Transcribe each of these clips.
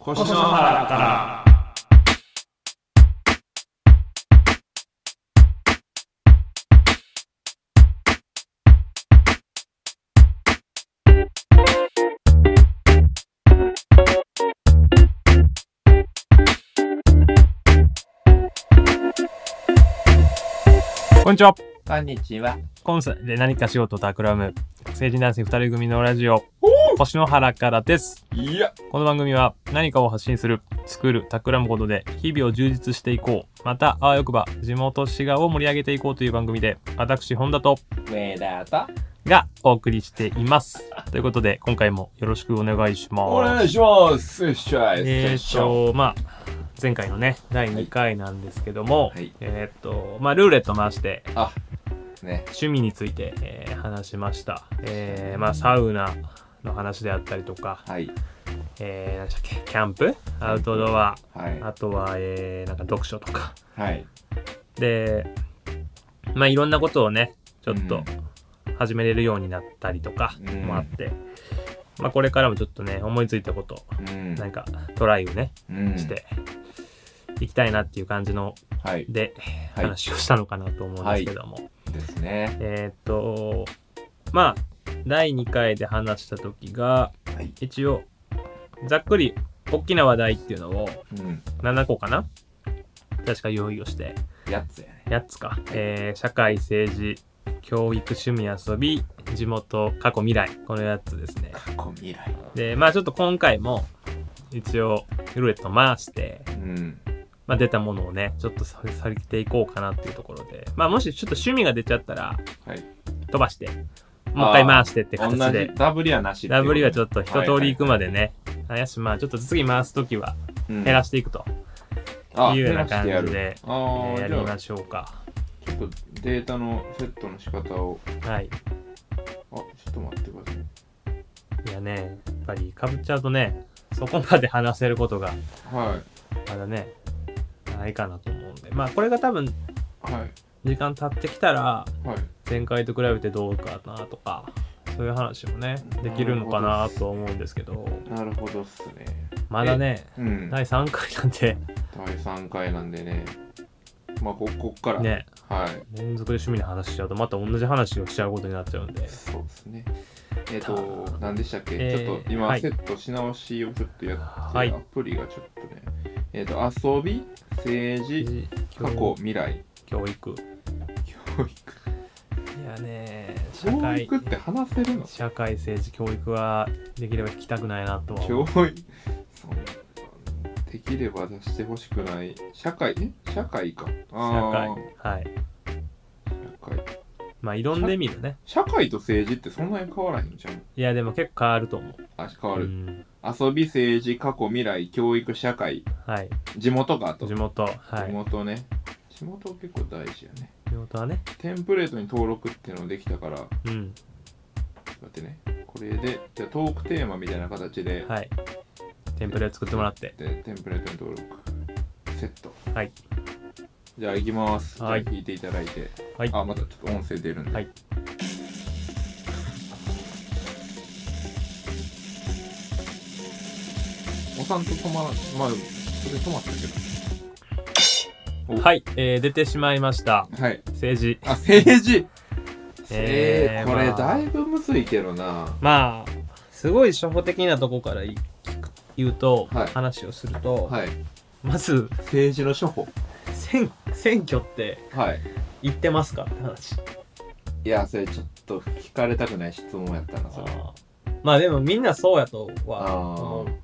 腰の原からこんにちは。こんにちは。コンサで何か仕事と企む成人男性二人組のラジオ、星の原からです。いやこの番組は何かを発信する、作る、企むことで日々を充実していこう。また、あわよくば地元滋賀を盛り上げていこうという番組で、私、本田と上田と。がお送りしています。ということで、今回もよろしくお願いします。お願いしますよっしゃいえーっと、まあ、前回のね、第2回なんですけども、はいえーっと、まあ、ルーレット回して、あね趣味について、えー話しました、えーまあ、サウナの話であったりとか、はいえー何でしたっけキャンプアウトドアはいあとは、えーなんか読書とかはいでまあいろんなことをねちょっうとん始めれるようになったりとかうんもあって、まあ、これからもちょっとね思いついたことうん何かトライをねうんしていきたいなっていう感じのはいではい話をしたのかなと思うんですけども、ですねえーっとまあ第2回で話した時がはい一応ざっくり大きな話題っていうのをうん7個かな確か用意をしてやつやね8つか、えー社会政治教育趣味遊び地元過去未来この8つですね過去未来でまあちょっと今回も一応ルーレット回して、うんまあ、出たものをねちょっとさされていこうかなっていうところでまあもしちょっと趣味が出ちゃったらはい飛ばしてもう一回回してって同形でじダブリはなしダブリはちょっと一通り行くまででね、怪しまあちょっと次回す時は減減らしていくと、あいうような減らしてやる感じであえーーやじりゃあましょうかちょっとデータのセットの仕方をはいあちょっと待ってくださいやねやっぱりかぶっちゃうとねそこまで話せることがいはまだねないかなと思うんでまあこれが多分いはい時間経ってきたらはい前回と比べてどうかなとかそういう話もねできるのかなと思うんですけどなるほどっすねまだねうん第3回なんて第3回なんでねまあここっからねはい連続で趣味の話しちゃうとまた同じ話をしちゃうことになっちゃうんでそうですねえっ、たと何でしたっけ、えーちょっと今、はいセットし直しをちょっとやって、はいアプリがちょっとねえっ、と遊び政治過去未来教育教育いやね社教会育って話せるの社会政治教育はできれば聞きたくないなとは思う教育そんなできれば出してほしくない社会え社会かあー社会はい社会まあいろんな意味でね社会と政治ってそんなに変わらへんじゃんいやでも結構変わると思うあ変わる、うん遊び政治過去未来教育社会はい地元かと地元は地い元ね地元結構大事やね地元はねテンプレートに登録っていうのできたからちょっうんと待ってねこれでじゃあトークテーマみたいな形で,、はいテンプレを作ってもらってでテンプレートに登録セットはいじゃあ行きます、はいじゃあ聞いていただいてはいあまたちょっと音声出るんで、はいおさんと止まらまあそれ止まったけどはいい、えー出てしまいましたはい政治あ政治ええー、ーこれまあだいぶむずいけどな、まあすごい初歩的なとこからい聞く言うと、はい話をすると、はいまず政治の処方選選挙ってはい行ってますかって話いやそれちょっと聞かれたくない質問やったなそれまあでもみんなそうやとはあ思ー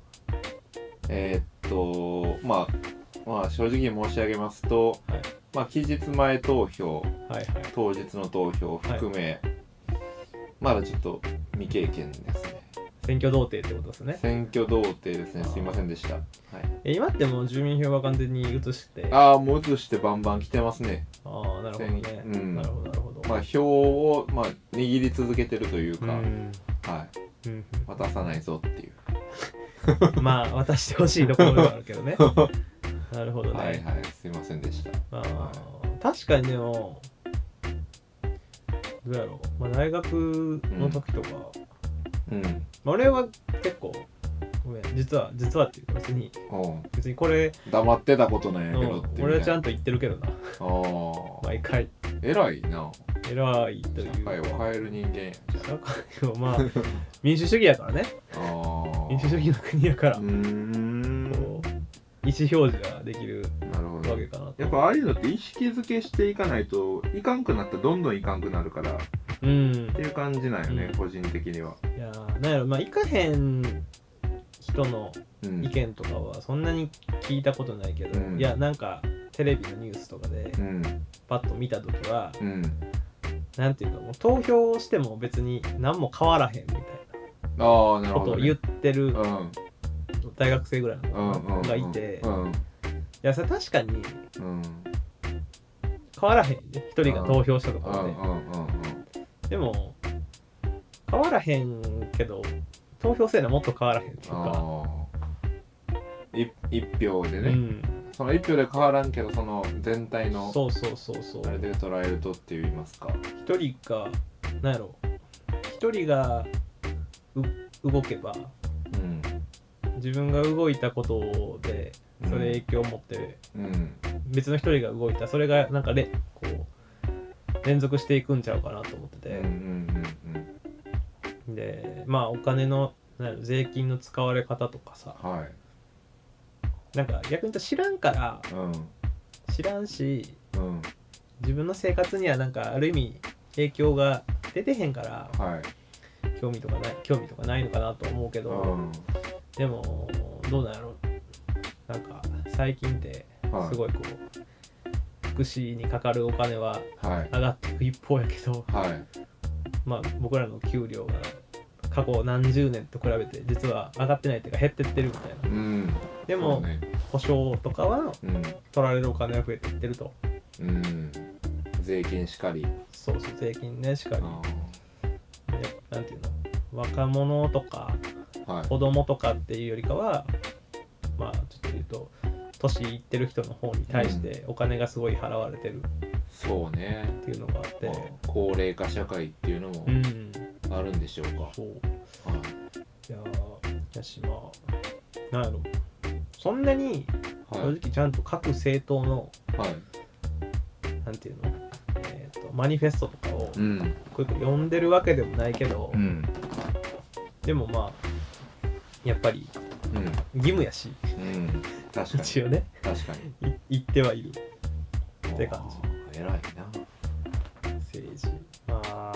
えーっとまあまあ正直に申し上げますと、はいまあ期日前投票うはいはい当日の投票含め、まだちょっと未経験ですね選挙童貞ってことですね選挙童貞ですねあーすいませんでした、はい、え今ってもう住民票が完全に移してあああもう移してバンバン来てますねあなるほどね、選うんなるほどなるほどまあ票を、まあ、握り続けてるといううか、んはいうん渡さないぞっていうまあ渡してほしいところではあるけ どねなるほどね、はいはいすいませんでしたまあ確かにでもどうやろう、まあ、大学の時とか、うんまあ俺は結構ごめん実は実はっていうか別にう別にこれ、ん、黙ってたことなんうやけどってんいうね、俺はちゃんと言ってるけどなあー毎回偉いな偉いという社会を変える人間や社会をまあ 民主主義やからねあー民主主義の国やからうこーんなるう意思表示ができるほわどけかなとやっぱああいうのって意識づけしていかないといかんくなったらどんどんいかんくなるからっうんていう感じなんよね、うん個人的には、いやーなんやろまあ行かへん人のうん、意見とかはそんなに聞いたことないけど、うんいやなんかテレビのニュースとかでうんパッと見た時はうんなんていうかもう投票しても別に何も変わらへんみたいああなるなこほとをど、ね、言ってるうん大学生ぐらいのうん子うんうんがいていうんやそれ確かにうん変わらへんね一人が投票したとうこんうんろうんででも変わらへんけど投票制度はもっと変わらへんっていうかああい一票でうね、んその一票で変わらんけどその全体のそうそうそうそうあれで捉えるとって言いますか一人かなんやろ一人がう動けばうん自分が動いたことでそれ影響を持ってうん別の一人が動いたそれがなんかでこう連続していくんちゃうかなと思ってうんうて、んうんうんでまあお金のなんやろ税金の使われ方とかさはいなんか逆に言うと知らんからう知らんしんうん自分の生活にはなんかある意味影響が出てへんからはい興味とかない興味とかないのかなと思うけうど、んでもどうなんやろなんか最近ってはいすごいこう、福祉にかかるお金ははい上がっていく一方やけど、 はいまあ、僕らの給料が過去何十年と比べて実は上がってないっていうか減ってってるみたいなうんでも、そうね保証とかはうん取られるお金が増えていってるとうん税金しかりそうそう税金ねしかりあやなんていうの若者とかーはい子供とかっていうよりかはまあちょっと言うと年いってる人の方に対してお金がすごい払われてるそうねっていうのがあってまあ高齢化社会っていうのもうんあるんでしょうか、そうはいやーやしまあなんやろそんなにい正直ちゃんと各政党の、いはいなんていうのえーとマニフェストとかをうんこういう読んでるわけでもないけど、うんでもまあやっぱりうん義務やしうん確かに一応ね確かにい言ってはいるって感じ偉いな政治まあ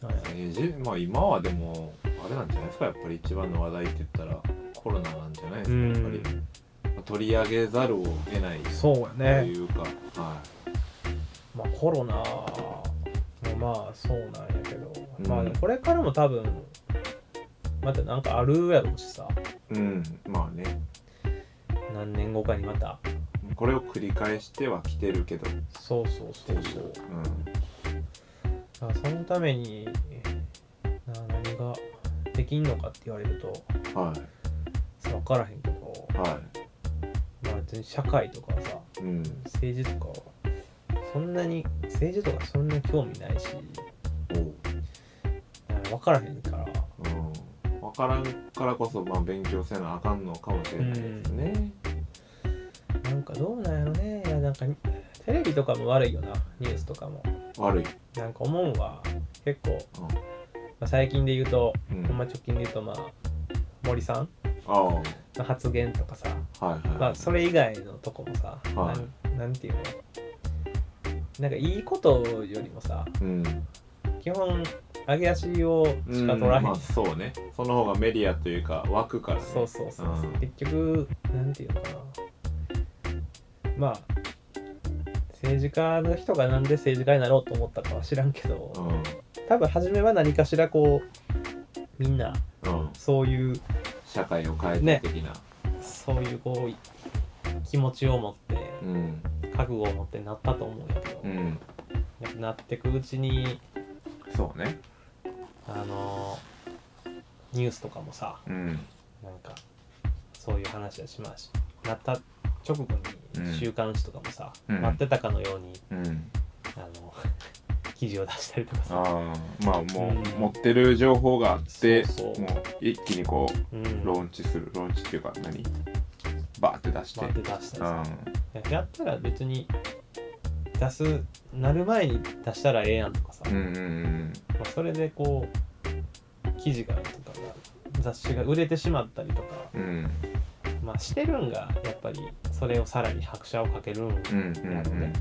なんやろ政治まあ今はでもあれなんじゃないですかやっぱり一番の話題って言ったらコロナなんじゃないですか、うんやっぱりまあ取り上げざるを得ないそうとやねいうか、はまあコロナもまあそうなんやけど、うんまあこれからも多分またなんかあるやろうしさいうんまあね何年後かにまたこれを繰り返しては来てるけどそうそうそうそうだからそのためにな何ができんのかって言われるとうんはい分からへんけど、はまあ、別に社会とかさいうん政治とかはそんなに政治とかそんな興味ないしおう分からへんからうん分からんからこそまあ勉強せなあかんのかもしれないですね、なんかどうなんやろねいやなんかテレビとかも悪いよなニュースとかも悪いなんか思うわ結構、うんまあ、最近で言うと、うんほんま直近で言うとまあ森さんああはいの発言とかさ、はい、まあ、それ以外のとこもさ、はなんなんていうのなんかいいことよりもさうん基本上げ足をしか取らへん、うんまあ、そうねその方がメディアというか枠からねそうそうそうそう、うん結局なんていうのかなまあ政治家の人がなんで政治家になろうと思ったかは知らんけど、うん多分初めは何かしらこうみんなうん、そういう社会を変えねて的な、そういうこうい気持ちを持ってうん覚悟を持ってなったと思うんやけど、うんやっぱなってくうちにそうねあのニュースとかもさうんなんかそういう話はしますしなった直後に週刊誌とかもさ、うんなってたかのように うんあの記事を出したりとかあさ、あまあもう、うん持ってる情報があってそうそうもう一気にこううん、ローンチするローンチっていうか何バーって出して、まあで出したりうさ、んやったら別に出すなる前に出したらええやんとかさ、うんうんうんまあ、それでこう記事がとかが雑誌が売れてしまったりとか、うんまあ、してるんがやっぱりそれをさらに拍車をかけるんやうんうんろううね、んなんか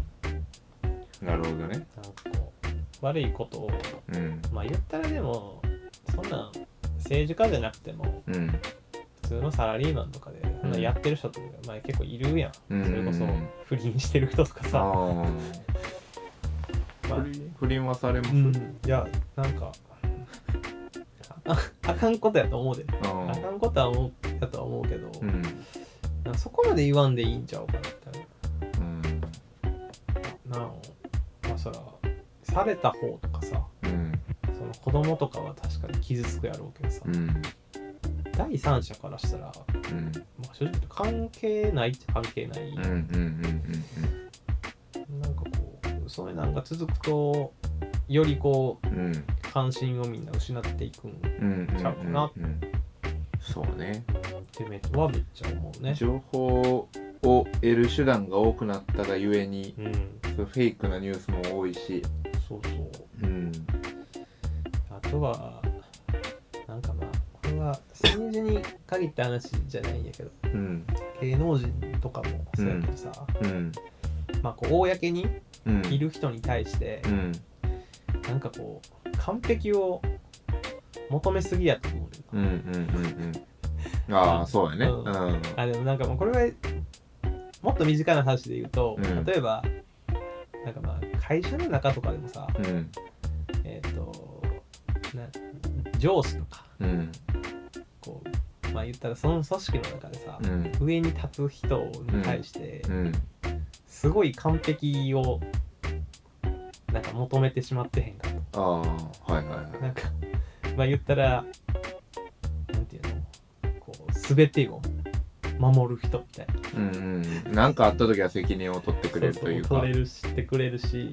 なるほどねこう悪いことをうんまあ言ったらでもそんなん政治家じゃなくてもうん普通のサラリーマンとかでそんなんやってる人とか、まあ、結構いるやん、うんそれこそ不倫してる人とかあさ、あまあ不倫不倫はされます、うん、いやなんかああかんことやと思うであかんことは思うやとは思うけど、うんうんなんかそこまで言わんでいいんちゃうかなってなおまあそらされた方とかさうんその子供とかは確かに傷つくやろうけどさ、うん第三者からしたら、まうんあ、正直関係ないっちゃ関係ない、うんうんうんなんかこうそういうのが続くとよりこうんうんう関心をみんな失っていくんっうんうんちゃうかなうんそうねてめっちゃはめっちゃ思うね。情報を得る手段が多くなったがゆえにうん、そうフェイクなニュースも多いしそうそううんあとはなんかまあこれは政治に限った話じゃないんやけどうん芸能人とかもそうやけどさ、うんまあこう公にうんいる人に対してうんなんかこう完璧を求めすぎやと思うねんうんうんうんうんああそうやねうんうんなあでもなんかもうこれはもっと身近な話で言うと、うん例えばなんかまあ会社の中とかでもさうんえっ、とな上司とかうんこうまあ言ったらその組織の中でさう、ん上に立つ人に対してうんすごい完璧をなんか求めてしまってへんかとああはいはいはないんかまあ言ったらなんていうのこう全てを守る人みたいなうんうんなんかあった時は責任を取ってくれるというかそうそう取れるしってくれるし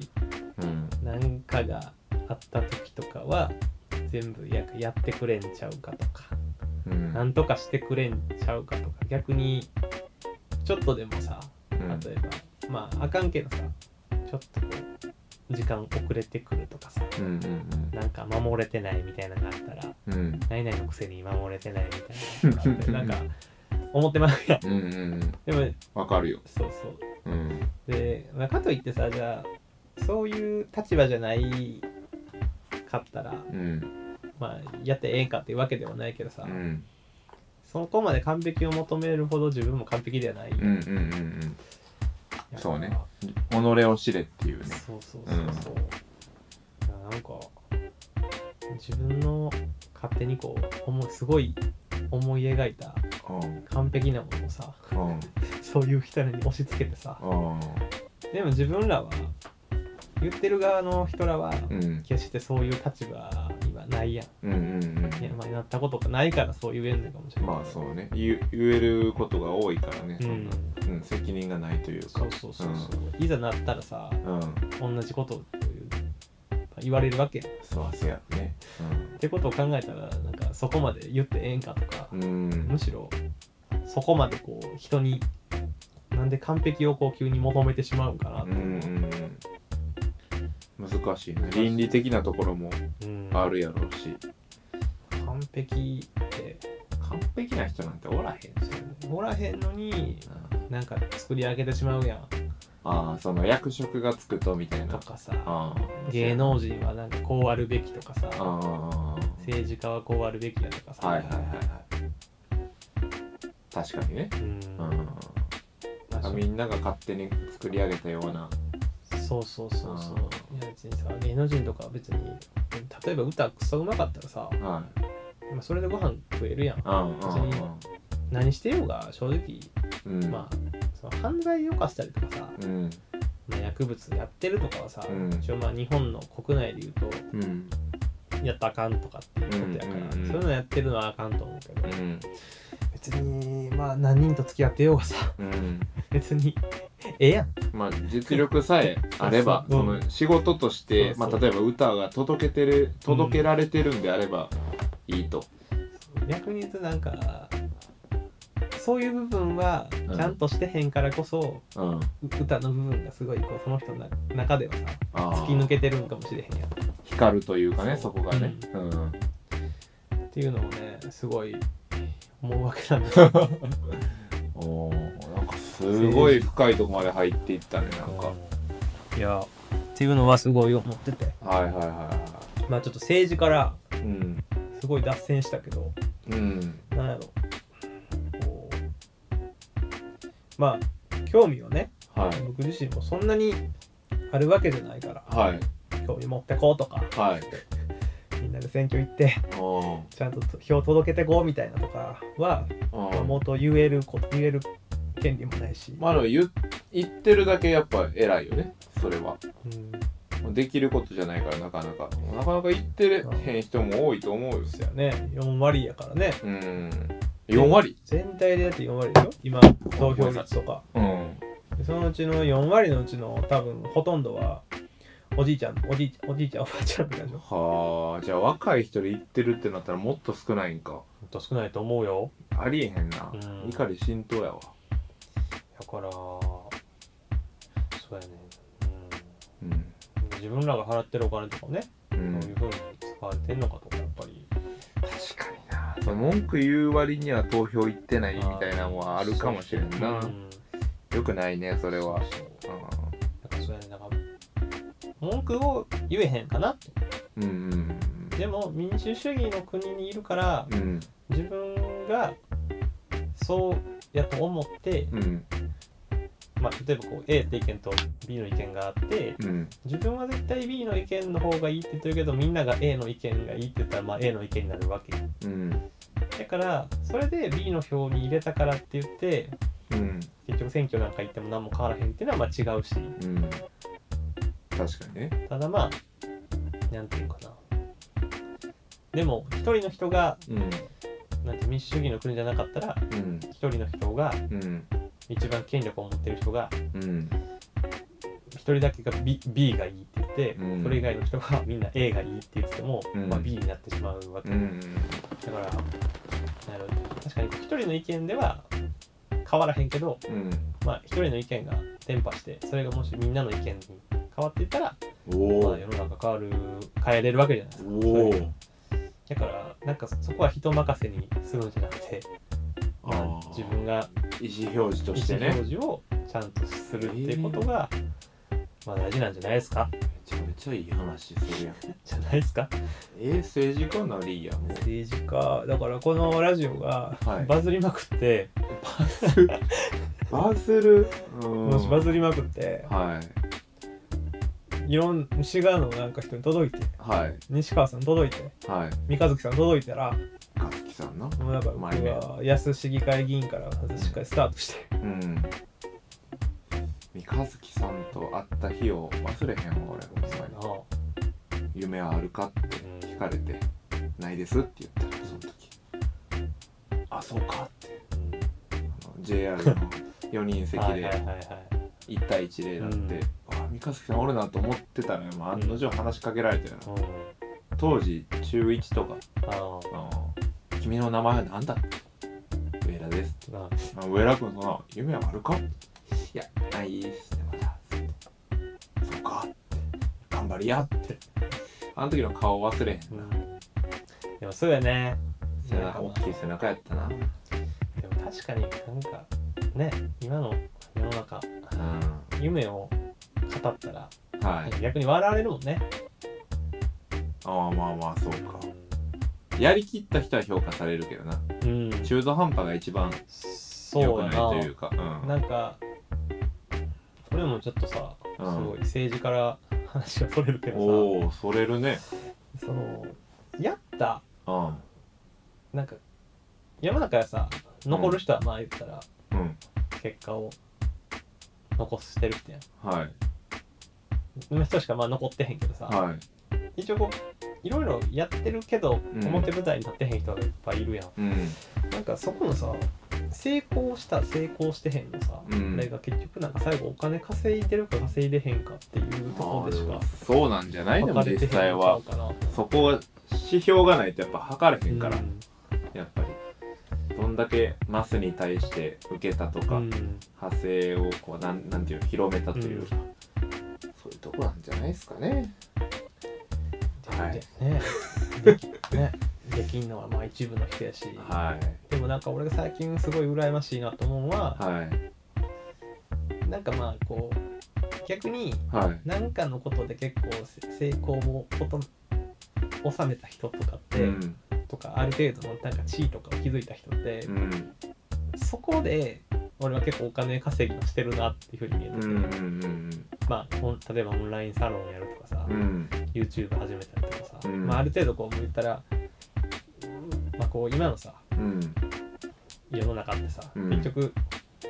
うん何かがあった時とかは全部ややってくれんちゃうかとかうん何とかしてくれんちゃうかとか逆にちょっとでもさうん例えば、まああかんけどさちょっとこう時間遅れてくるとかさうんなんか守れてないみたいなのがあったらうんうん何々のくせに守れてないみたいなのがあ ってなんか思ってますやんうんうんうん でもわかるよそうそううんで、まあ、かといってさじゃあそういう立場じゃないかったら、うんまあ、やってええんかっていうわけではないけどさ、うんそこまで完璧を求めるほど自分も完璧ではない、うんうんうんうんやそうね己を知れっていうねそうそうそうそう、なんか自分の勝手にこう思いすごい思い描いたうん完璧なものをさ うんそういう人に押し付けてさうんでも自分らは言ってる側の人らは、うん決してそういう立場にはないやん。うんうんいやまあ、なったことがないからそう言えんのかもしうれんない。まあそうね言う言えることが多いからねうそんんな。うん責任がないというそかうそうそうそう。いざなったらさ、うんうん同じことを言われるわけやん。っそうせやねてことを考えたら、なんかそこまで言ってええんかとかう、んうんむしろそこまでこう人に、なんで完璧をこう急に求めてしまうんかなうとんうん難しいね倫理的なところもうんあるやろうし完璧って、完璧な人なんておらへんしおらへんのに、なんか作り上げてしまうやんああその役職がつくとみたいとなかさ、ああ芸能人はなんかこうあるべきとかさ、ああ政治家はこうあるべきやとかさ、はいはいはいはい確かにねうんうんまああみんなが勝手に作り上げたようなそうそうそうそうういや別にさ芸能人とかは別に例えば歌クソうまかったらさはいまあそれでご飯食えるやんうん何してようが正直、うんうんまあその犯罪を犯したりとかさ、うんまあ、薬物やってるとかはさ、うん一応まあ日本の国内で言うとうんやったらあかんとかっていうことやから、うんうんうんそういうのやってるのはあかんと思うけど、うん別にまあ何人と付き合ってようがさ うん別にええやん。まあ、実力さえあればそうそそううんの仕事として、そうそうまあ、例えば歌が届けてる届けられてるんであればいいと、逆に言うとなんかそういう部分はうんちゃんとしてへんからこそ、うん、う歌の部分がすごいこうその人の中ではさあー突き抜けてるんかもしれへんやんっ光るというかねそこがね、うんていうのをねすごい思うわけなんですよおーなんかすごい深いとこまで入っていったねなんかいやっていうのはすごい思っててはいはいはいはまあちょっと政治からいうんすごい脱線したけどうんなんやろこうまあ興味をねはい僕自身もそんなにあるわけじゃないからはい興味持ってこうとかはいみんなで選挙行っておーちゃんと票届けてこうみたいなとかはおまあーもっと言えるこ言える権利もないし、まあでも言っ言ってるだけやっぱ偉いよねそれはうんできることじゃないからなかなかなかなか言ってれへん人も多いと思うよそうやね4割やからねうん4割全体でだって4割でしょ今投票率とかうんでそのうちの4割のうちの多分ほとんどはおじいちゃんおじいちゃんおじいちゃんおばあちゃんみたいなはあじゃあ若い人で行ってるってなったらもっと少ないんか少ないと思うよありえへんなうん怒り浸透やわだからそうやね、うんうん、自分らが払ってるお金とかね、うどんういうふうに使われてんのかとかやっぱり確かになその文句言う割には投票行ってないみたいなのはあるかもしれんなうんよくないねそれはそうだからそうやねなんか文句を言えへんかなってうんうんでも民主主義の国にいるからうん自分がそうやと思って、うんまあ、例えばこう A って意見と B の意見があってうん自分は絶対 B の意見の方がいいって言ってるけどみんなが A の意見がいいって言ったらまあ A の意見になるわけうんだからそれで B の票に入れたからって言ってうん結局選挙なんか行っても何も変わらへんっていうのはまあ違うしうん確かにねただまあなんていうかなでも一人の人がうんなんて民主主義の国じゃなかったらうん一人の人がうん一番権力を持ってる人がうん一人だけが B, B がいいって言って、うんそれ以外の人がみんな A がいいって言っても、うんまあ、B になってしまうわけ、うんだからなる確かに一人の意見では変わらへんけど、うんまあ、一人の意見が伝播してそれがもしみんなの意見に変わっていったら、おまあ、世の中変わる変えれるわけじゃないですかおおだからなんかそこは人任せにするんじゃなくて、まあ自分が意思表示と意して思ね表示をちゃんとするっていうことが、まあ大事なんじゃないですかめちゃめちゃいい話するやんじゃないですかえー、政治家なりやもう政治家だからこのラジオがはいバズりまくって、バズるうんもしバズりまくってはいいろん滋賀のなんか人に届いてはい西川さん届いてはい三日月さん届いたらかつきさんなもうやっぱ僕前ねは安市議会議員からしっかりスタートしてうん三日月さんと会った日を忘れへんわ俺ほんまにあ夢はあるかって聞かれて「ないです」って言ったらその時「あそうか」ってあの JR の4人 席はいはいはいではい1対1でなってう「んあ三日月さんおるな」と思ってたのよまあ案の定話しかけられてなうん当時中1とかあのあの君の名前は何だ上田です。まああ上田君の夢はあるかいや、ないですね、まだ。そうか。頑張りやって。あの時の顔忘れへんうな。んでもそうやね背中、大きい背中やったな。でも確かになんかね今の世の中う夢を語ったらん。はい。逆に笑われるもんねああ、まあまあ、そうか。やりきった人は評価されるけどな。うん中途半端が一番良そうくやないなというか。うん。なんか俺もちょっとさすうんごい政治から話が取れるけどおお、それるね。さそのやったうん。なんか世の中やさ残る人はまあ言ったらうん。結果を残してるってやんはい。の人しかまあ残ってへんけどさ、はい。一応こういろいろやってるけどうん表舞台に立ってへん人がいっぱいいるやん、うん。なんかそこのさ成功した成功してへんのさ、うんあれが結局なんか最後お金稼いでるか稼いでへんかっていうところでしかそうなんじゃないでも分かれてへんの実ち際ゃはうかなそこは指標がないとやっぱ測れへんから、うんやっぱりどんだけマスに対して受けたとか、うん派生をこうなんなんていうの広めたというか、そういうとこなんじゃないですかねはいねできねできんのはまあ一部の人やし、はいでもなんか俺が最近すごい羨ましいなと思うのは、はいなんかまあこう逆にはい何かのことで結構せ成功をこと収めた人とかって、うんとかある程度のなんか地位とかを築いた人ってう、んそこで俺は結構お金稼ぎをしてるなっていうふうに見えてうんて、うんうんまあ、オン例えばオンラインサロンやるとかさ、うんうん YouTube 始めたりとかさ、うんまあ、ある程度こう言ったら、まあ、こう今のさうん世の中ってさ、うん結局、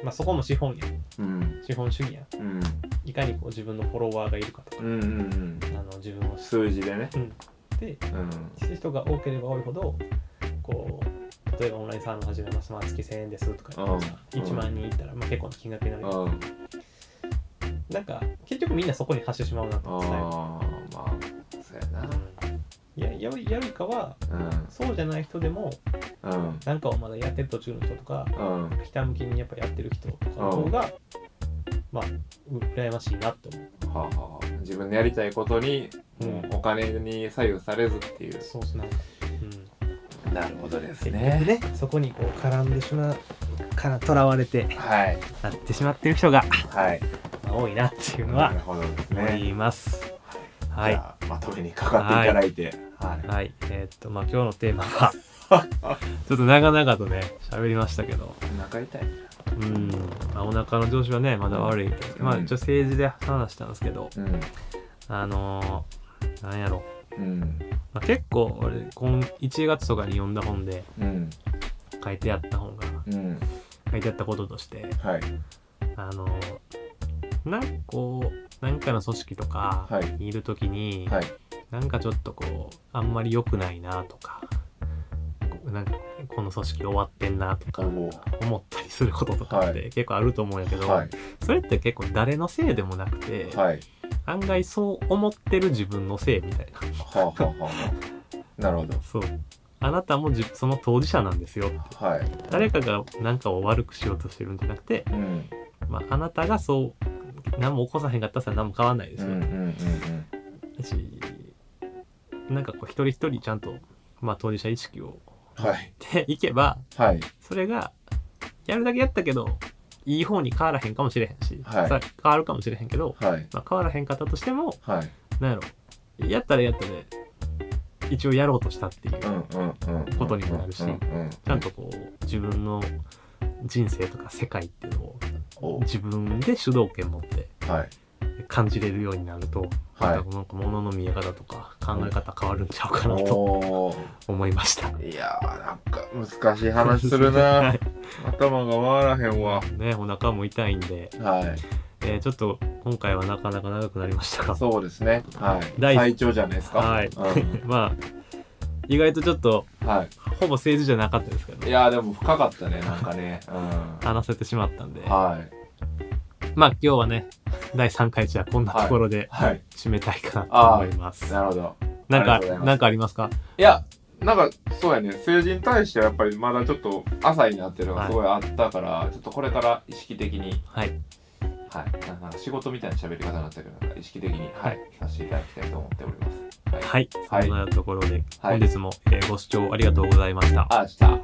まあ、そこも資本やんうん資本主義やんうんいかにこう自分のフォロワーがいるかとか、うんうんあの自分を知数字でねってうん人が多ければ多いほどこう例えばオンラインサロン始めます、まあ、月1000円ですとか言ってさ、うん1万人いったら、まあ、結構な金額になるうよんなんか結局みんなそこに走ってしまうなとああ思ってさまあそうやうなんいやよよりかはそうじゃない人でもうんうんなんかをまだやってる途中の人とかうんひたむきにやっぱやってる人とかの方が、まあう羨ましいなって思うはあはあ自分のやりたいことに、うんもうお金に左右されずっていうそうそうなんか、うん、なるほどです結局ねそこにこう絡んでしまうからとらわれてはいなってしまってる人がはいまあ多いなっていうのなはるほどです思ねいます。はじい。ゃあまとめにかかっていただいてはいはい。えーっと、まあ、今日のテーマ は、ちょっと長々とね、喋りましたけど、お腹痛いうん、まあ、お腹の調子はね、まだ悪いですけど、まあ、一応政治で話したんですけど、うんあのー、なんやろ、うんまあ、結構俺、今、1月とかに読んだ本でうん書いてあった本が、うん書いてあったこととして、はいあのー、なんかこう、なんかの組織とかはいにいるときに、はいなんかちょっとこうあんまり良くないなとかこなんかこの組織終わってんなとかお思ったりすることとかっはて結構あると思うんやけど、はそれって結構誰のせいでもなくて、いはい案外そう思ってる自分のせいみたいなはあはあはあはあなるほどそうあなたもじその当事者なんですよはい誰かが何かを悪くしようとしてるんじゃなくて、うんまあ、あなたがそう何も起こさへんかったらそれは何も変わんないでうすんよ、うんうんだしなんかこう一人一人ちゃんと、まあ、当事者意識を うんはいでいけばはいそれがやるだけやったけどいい方に変わらへんかもしれへんし、はいさ変わるかもしれへんけど、はいまあ、変わらへんかったとしてもはいなんやろやったらやったで一応やろうとしたっていう、うんちうんうんうんことにもなるしうんうんゃんとこう自分の人生とか世界っていうのおを自分で主導権持ってはい感じれるようになると、はいまたなんか物の見え方とか考え方変わるんちゃうかなとおー思いました。いやーなんか難しい話するなはい頭が回らへんわ ね、お腹も痛いんで、はいえーちょっと今回はなかなか長くなりましたが、そうですね。はい。第一最長じゃないですか。はいうん まあ意外とちょっとはほぼ政治じゃなかったですけどい。いやーでも深かったね。なんかね。うん。話せてしまったんでまあはい。今日はね第3回じゃあこんなところではい。締めたいかなあーと思います、なるほど。なんありがとかうございますなんかありますかいや、なんかそうやね。政治に対してはやっぱりまだちょっと浅いなっていうのがすごいあったから、ちょっとこれから意識的に、はいはい。なんか仕事みたいな喋り方になったけど、なんか意識的に、はい、させていただきたいと思っております。はい。ははい、いそんなところではい本日もえーご視聴ありがとうございました、あ、した。